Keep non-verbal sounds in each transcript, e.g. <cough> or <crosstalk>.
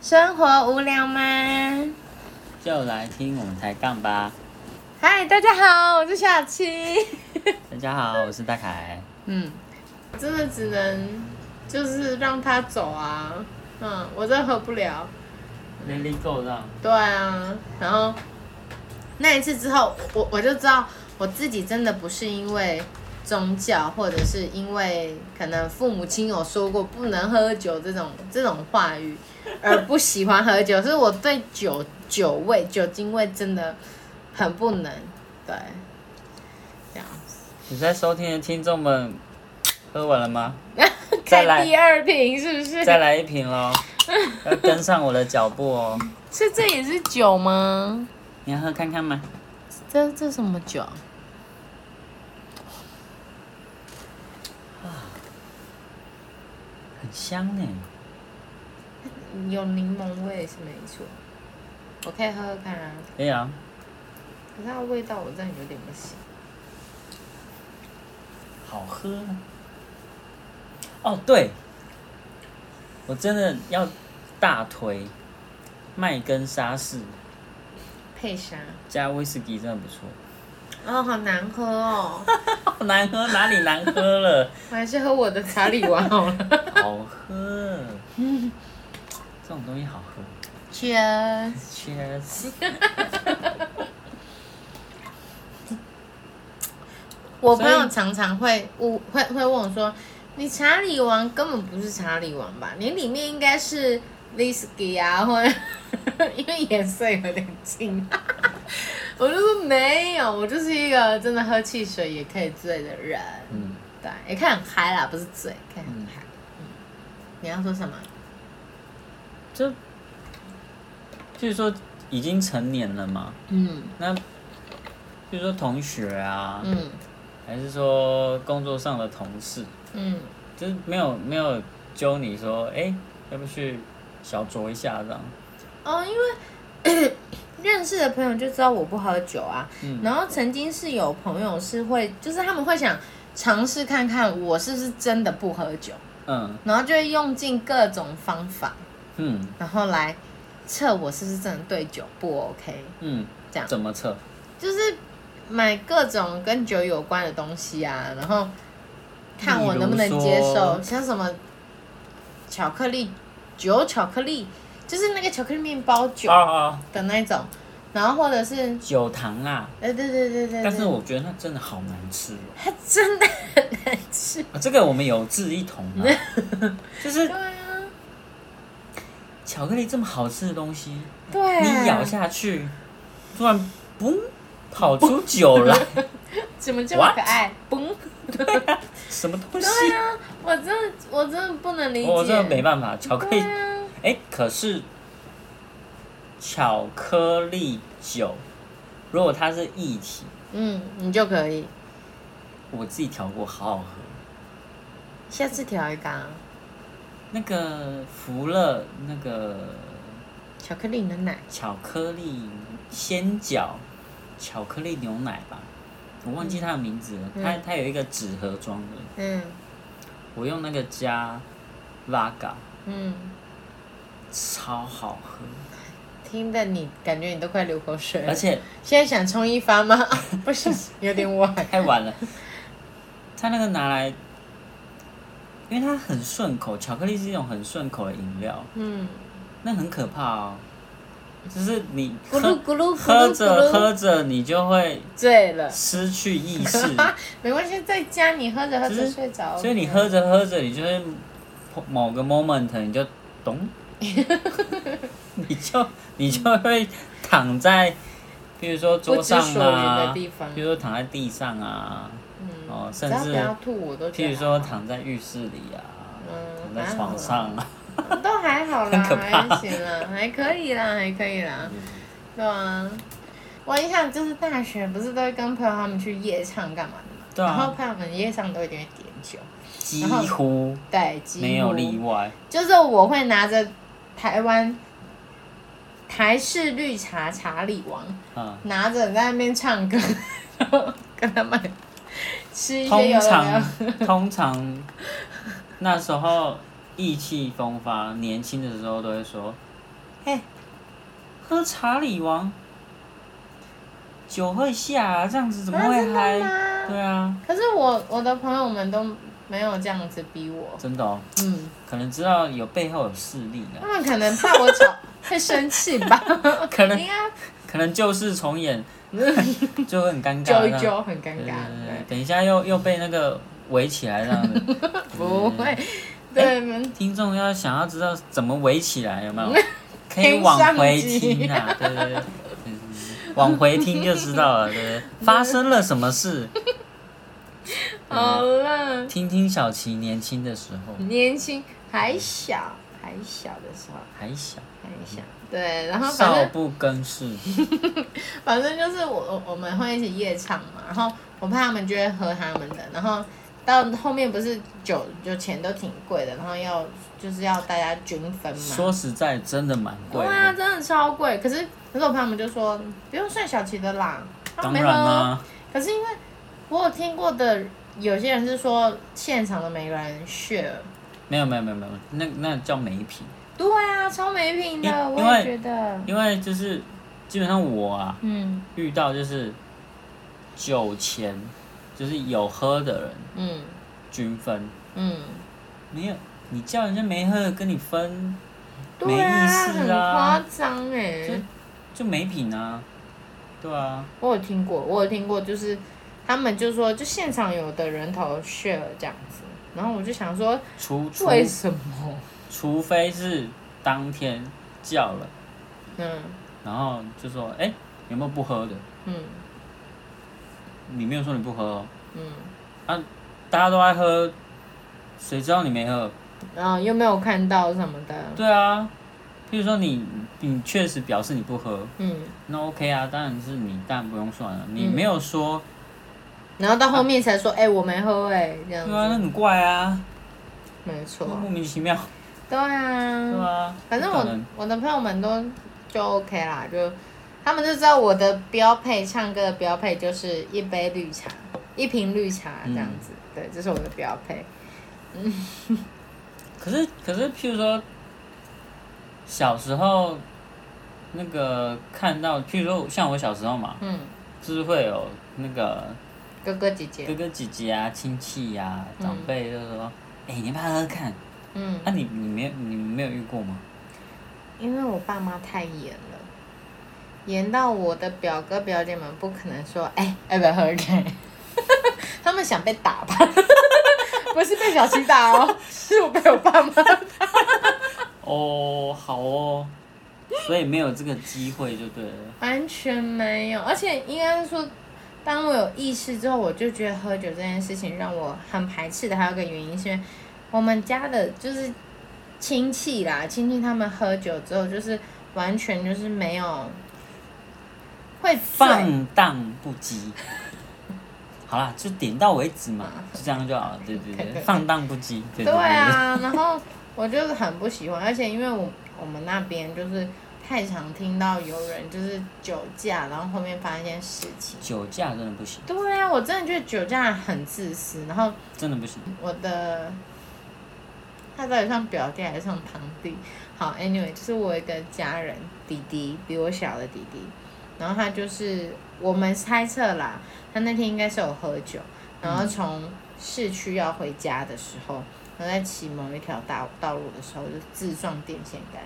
生活无聊吗？就来听我们抬杠吧。嗨，大家好，我是小七。大家好，我是大凯。嗯，真的只能就是让他走啊，嗯，我真的喝不了。 Let it go 让对啊，然后那一次之后，我我就知道我自己真的不是因为宗教，或者是因为可能父母亲有说过不能喝酒这种这种话语，而不喜欢喝酒，是我对酒酒味、酒精味真的很不能。对，这样你在收听的听众们，喝完了吗？再来在 <laughs> 第二瓶是不是？再来一瓶喽，要跟上我的脚步哦。是这也是酒吗？你要喝看看吗？这这什么酒？啊很香呢。有柠檬味是没错，我可以喝喝看啊。可以啊，可是它的味道我真的有点不行。好喝啊。哦，对，我真的要大推麦根沙士配啥？加威士忌，真的不错。哦，好难喝哦，好难喝，哪里难喝了？ <laughs> 我还是喝我的查理王好了。好喝，嗯这种东西好喝。 <laughs> Cheers！ Cheers！我朋友常常会误会会问我说，你查理王根本不是查理王吧？你里面应该是 whisky 啊，或者 <laughs> 因为颜色有点近。 <laughs> 我就说没有，我就是一个真的喝汽水也可以醉的人，嗯，对，也可以很嗨啦，不是醉，可以很嗨。嗯你要说什么？就就是说已经成年了嘛，嗯那就是说同学啊，嗯还是说工作上的同事，嗯，就是没有没有揪你说，哎、要不去小酌一下这样？哦，因为认识的朋友就知道我不喝酒啊。嗯然后曾经是有朋友是会，就是他们会想尝试看看我是不是真的不喝酒，嗯然后就会用尽各种方法，嗯然后来测我是不是真的对酒不 OK。嗯，这样怎么测？就是买各种跟酒有关的东西啊，然后看我能不能接例受，如说像什么巧克力酒巧克力，就是那个巧克力面包酒哦哦，的那一种，然后或者是酒糖啊，哎，对对对对，但是对我觉得那真的好难吃哦。它真的很难吃。啊，这个我们有志一同啊，就是对啊，巧克力这么好吃的东西，对啊，你咬下去，突然嘣跑出 <laughs> 酒来，怎么这么可爱？嘣！什么东西？对啊，我真的我真的不能理解。我真的没办法，巧克力对，啊，哎、可是巧克力酒，如果它是液体，嗯，你就可以我自己调过，好好喝。下次调一个啊那个福乐那个巧克力牛奶，巧克力鲜饺，巧克力牛奶吧，我忘记它的名字了，它嗯它有一个纸盒装的，嗯我用那个加拉嘎，嗯，超好喝，听的你感觉你都快流口水而了。且现在想冲一发吗？ <laughs> 啊不行，有点晚。太晚了。它那个拿来，因为它很顺口，巧克力是一种很顺口的饮料，嗯，那很可怕哦。就是你咕喝噜咕噜咕噜喝着咕噜喝着，你就会醉了，失去意识， <laughs> 没关系，在家你喝着喝就着是睡着。所以你 OK 喝着喝着，你就会某个 moment 你就懂，你就你就会躺在，比如说桌不知上所云啊，的地方嗯比。如说躺在地上啊，哦，只甚要至不要吐，我都觉譬得如说躺在浴室里啊，嗯躺在床上啊，还好啦 <laughs> 都还好啦，很可怕还行啦，还可以啦，还可以啦，对啊。我印象就是大学不是都会跟朋友他们去夜唱干嘛的嘛，对啊然后朋友们夜唱都一定会点酒，几乎对，几乎没有例外。就是我会拿着台湾台式绿茶茶里王，嗯，拿着在那边唱歌， <laughs> 然后跟他们吃一些通有的没有常通常那时候意气风发，年轻的时候都会说，哎，喝茶里王，酒会下、啊，这样子怎么啊会真的嗨？吗对啊，可是我我的朋友们都没有这样子逼我，真的哦，嗯，可能知道有背后有势力的他，们可能怕我吵会生气吧， <laughs> 可能应该可能旧事重演，就会很尴尬。揪这一样揪很尴尬，对对对对对，等一下又又被那个围起来这样子。不对。对嗯哎会对，对，嗯听众要想要知道怎么围起来有没有？可以听往上回集听 <laughs> 啊，对对对对，对对往回听就知道了，对不对？发生了什么事？嗯好了。听听小琪年轻的时候年轻还小还小的时候还小，还小，对，然后反少正不更事，反正就是我我我们会一起夜唱嘛，然后我怕他们就会喝他们的，然后到后面不是酒就钱都挺贵的，然后要就是要大家均分嘛，说实在真的蛮贵对啊，的。真的超贵，可是可是我朋友们就说不用算小齐的啦，他们当没然喝，哦啦、可是因为我有听过的有些人是说现场的每个人 share，没有没有没有没有，那那叫没品，对啊，超没品的，因我因也为觉得，因为就是基本上我啊，嗯遇到就是酒钱，就是有喝的人嗯均分，嗯。没有你叫人家没喝的跟你分对啊，没意很思啊夸张哎就！就没品啊，对啊，我有听过，我有听过，就是他们就说，就现场有的人头 share 这样子，然后我就想说，除除为什么？除非是当天叫了，嗯然后就说哎、有没有不喝的？嗯你没有说你不喝哦，嗯，大家都爱喝，谁知道你没喝？然后又没有看到什么的，对啊，譬如说你你确实表示你不喝，嗯，那 OK 啊，当然是你，但不用算了，你嗯没有说，然后到后面才说，哎、我没喝哎、这样啊对啊，那子，很怪啊，没错，莫名其妙，对对啊，啊，反正不可能我我的朋友们都就 OK 啦，就他们就知道我的标配，唱歌的标配就是一杯绿茶，一瓶绿茶这样子，嗯对，这是我的标配。可是可是，譬如说，小时候那个看到，譬如说像我小时候嘛，嗯，就是会有那个哥哥姐哥姐，哥姐姐啊、亲戚呀、啊、嗯长辈就说：“哎、你要不要喝喝看？”嗯，啊，你你没有你没有遇过吗？因为我爸妈太严了，严到我的表哥表姐们不可能说，哎、要不要喝喝看？ <laughs> 他们想被打吧？不是被小七打哦，是我被我爸妈打。哦，好哦，所以没有这个机会就对了。完全没有，而且应该是说，当我有意识之后，我就觉得喝酒这件事情让我很排斥的。还有一个原因是因为我们家的就是亲戚啦，亲戚他们喝酒之后就是完全就是没有会醉，放荡不羁。好啦，就点到为止嘛， <laughs> 就这样就好了。对对对，放荡不羁。对对对对，啊，然后我就是很不喜欢，而且因为我我们那边就是太常听到有人就是酒驾，然后后面发生一件事情。酒驾真的不行，对啊，我真的觉得酒驾很自私，然后真的不行。我的，他到底算表弟还是算堂弟？好，anyway，就是我有一个家人弟弟，比我小的弟弟，然后他就是我们猜测啦，他那天应该是有喝酒，嗯然后从市区要回家的时候，然后在骑某一条大道路的时候就自撞电线杆，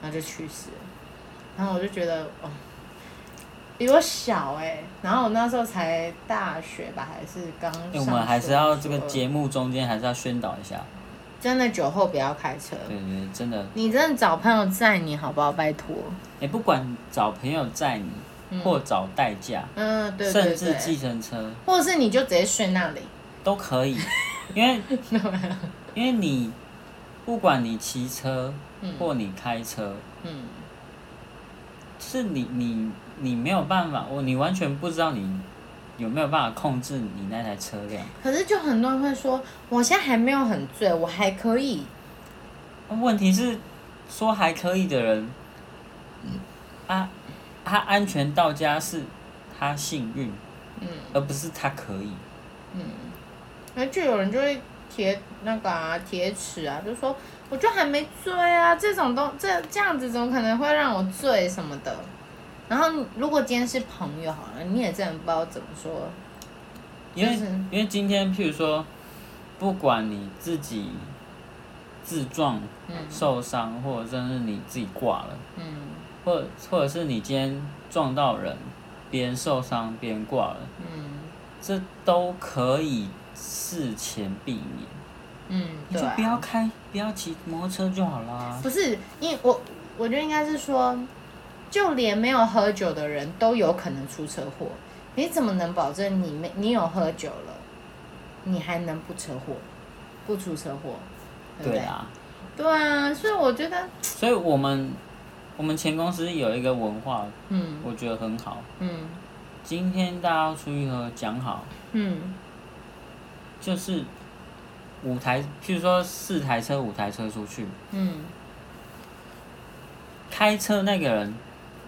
然后就去世了，然后我就觉得哦。比我小哎、然后我那时候才大学吧，还是刚上哎、初二、我们还是要这个初二节目中间还是要宣导一下，真的酒后不要开车。对对对，真的，你真的找朋友载你好不好？拜托。也、不管找朋友载你，或找代驾，嗯，对对甚至对。计程车或者是你就直接睡那里。都可以，<laughs> 因为因为你不管你骑车嗯或你开车，嗯，是你你你没有办法，我你完全不知道你有没有办法控制你那台车辆。可是就很多人会说，我现在还没有很醉，我还可以。问题是，说还可以的人，啊，他安全到家是他幸运，嗯而不是他可以。嗯，而且有人就会贴那个啊贴齿啊，就说我我就还没醉啊，这种东这这样子怎么可能会让我醉什么的？然后你如果今天是朋友好了，你也真的不知道怎么说。因为就是因为今天譬如说，不管你自己自撞、嗯受伤，或者甚至你自己挂了，嗯或或者是你今天撞到人，别人受伤，别人挂了，嗯这都可以事前避免。嗯，你对就啊、不要开，不要骑摩托车就好啦。不是，因为我我觉得应该是说，就连没有喝酒的人都有可能出车祸，你怎么能保证你没你有喝酒了，你还能不车祸，不出车祸？对不对对，啊，对啊，所以我觉得，所以我们我们前公司有一个文化，嗯我觉得很好。嗯今天大家出去喝，讲好嗯就是五台，譬如说四台车、五台车出去，嗯开车那个人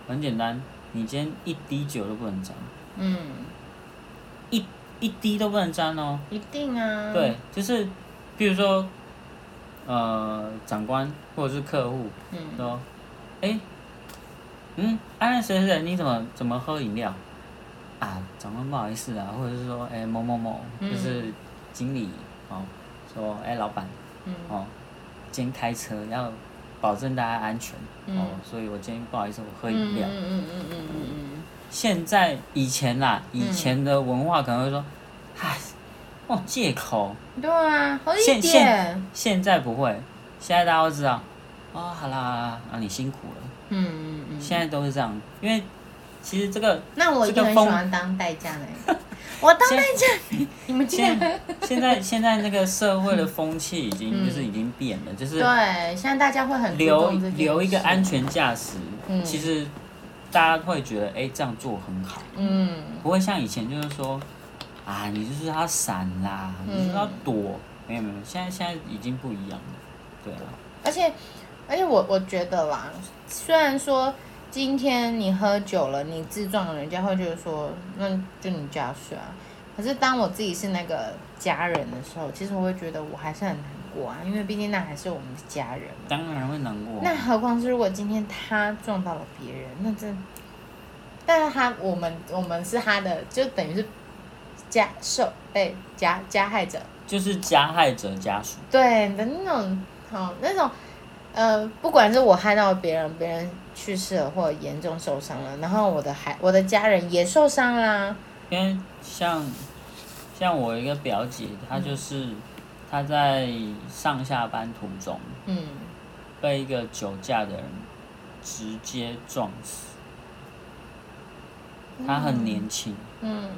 很简单，你今天一滴酒都不能沾，嗯，一一滴都不能沾哦。一定啊，对，，就是譬如说，呃，长官或者是客户嗯说，哎、嗯，哎、谁谁谁，你怎么怎么喝饮料？啊，长官不好意思啊，或者是说，哎、某某某，嗯就是经理哦，说，哎、老板嗯哦，今天开车要保证大家安全、嗯哦，所以我今天不好意思，我喝嗯饮嗯料。嗯嗯嗯嗯现在以前啦，以嗯前的文化可能会说，哎、哦，借口。嗯，对啊，喝一现点现，现在不会，现在大家都知道，哦，好啦，好啦啊，你辛苦了。嗯嗯嗯。现在都是这样，因为其实这 <laughs> 个那我一定很喜欢当代驾的人， <laughs> 我当代驾，你们竟现然现在现在那个社会的风气已经就是已经变了，就是嗯对，现在大家会很注留重这件事留一个安，全驾驶嗯，其实大家会觉得哎、这样做很好，嗯不会像以前就是说啊你就是要闪啦，嗯你就是要躲，没有没有，现在现在已经不一样了，对啊，而且而且我我觉得啦，虽然说今天你喝酒了，你自撞了，人家会觉得说那就你家事啊。可是当我自己是那个家人的时候，其实我会觉得我还是很难过啊，因为毕竟那还是我们的家人嘛。当然会难过，那何况是如果今天他撞到了别人，那真，但是他我们我们是他的，就等于是加受被加加害者，就是加害者家属。对的那种，好那种，呃，不管是我害到别人，别人去世了或者严重受伤了，然后我的孩我的家人也受伤啦，因为像像我一个表姐，嗯她就是她在上下班途中嗯，被一个酒驾的人直接撞死。她很年轻，嗯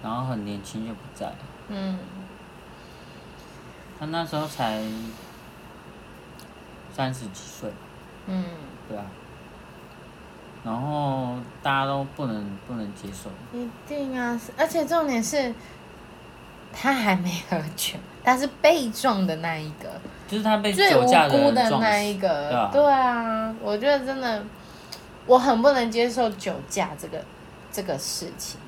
然后很年轻就不在了。嗯她那时候才三十几岁，嗯对啊。然后大家都不能不能接受，一定啊，而且重点是，他还没喝酒，他是被撞的那一个。就是她被最酒无驾辜人的撞那一死。对个啊，对啊，我觉得真的，我很不能接受酒驾这个这个事情，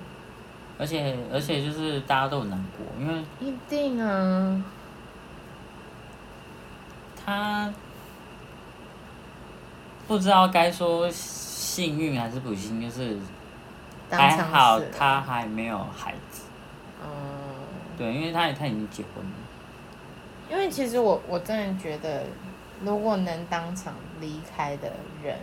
而且而且就是大家都很难过，因为一定啊，他不知道该说幸运还是不幸，就是当还场好死了，他还没有孩子，嗯，对，因为他也他已经结婚了，因为其实我我真的觉得，如果能当场离开的人，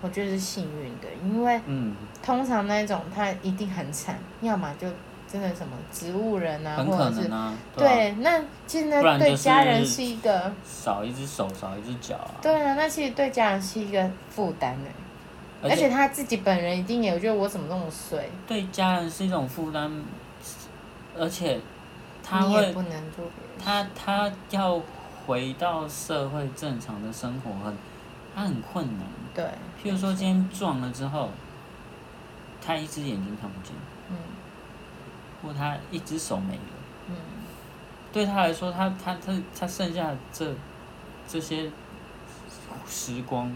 我觉得是幸运的，因为嗯，通常那种他一定很惨，要么就真的什么植物人啊，很或可者是能啊，啊对，那其实不那然就对是家人是一个。少一只手少一只脚啊，对啊，那其实对家人是一个负担呢，而而且且他自己本人一定也觉得我怎么那么衰，对家人是一种负担，而且他你也会不能做别人。他他要回到社会正常的生活很，他很困难，对，譬如说今天撞了之后，他一只眼睛看不见。嗯或他一只手没了，嗯对他来说，他他他他剩下这这些时光，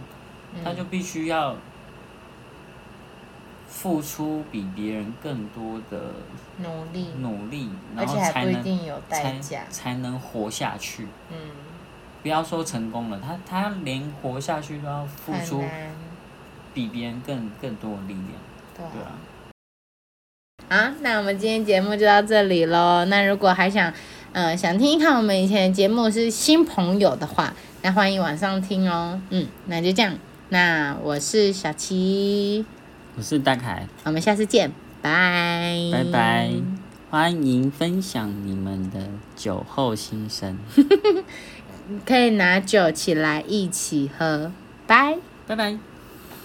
嗯，他就必须要付出比别人更多的努力，努力，而然后且还才不一能定有代才价。才能活下去。嗯，不要说成功了，他他连活下去都要付很出难，比别人更更多的力量，对啊对啊。啊，那我们今天节目就到这里喽。那如果还想，呃，想听一看我们以前的节目是新朋友的话，那欢迎晚上听哦。嗯，那就这样。那我是小琪，我是大凯，我们下次见，拜拜拜，欢迎分享你们的酒后心声，可以拿酒起来一起喝，拜。拜拜。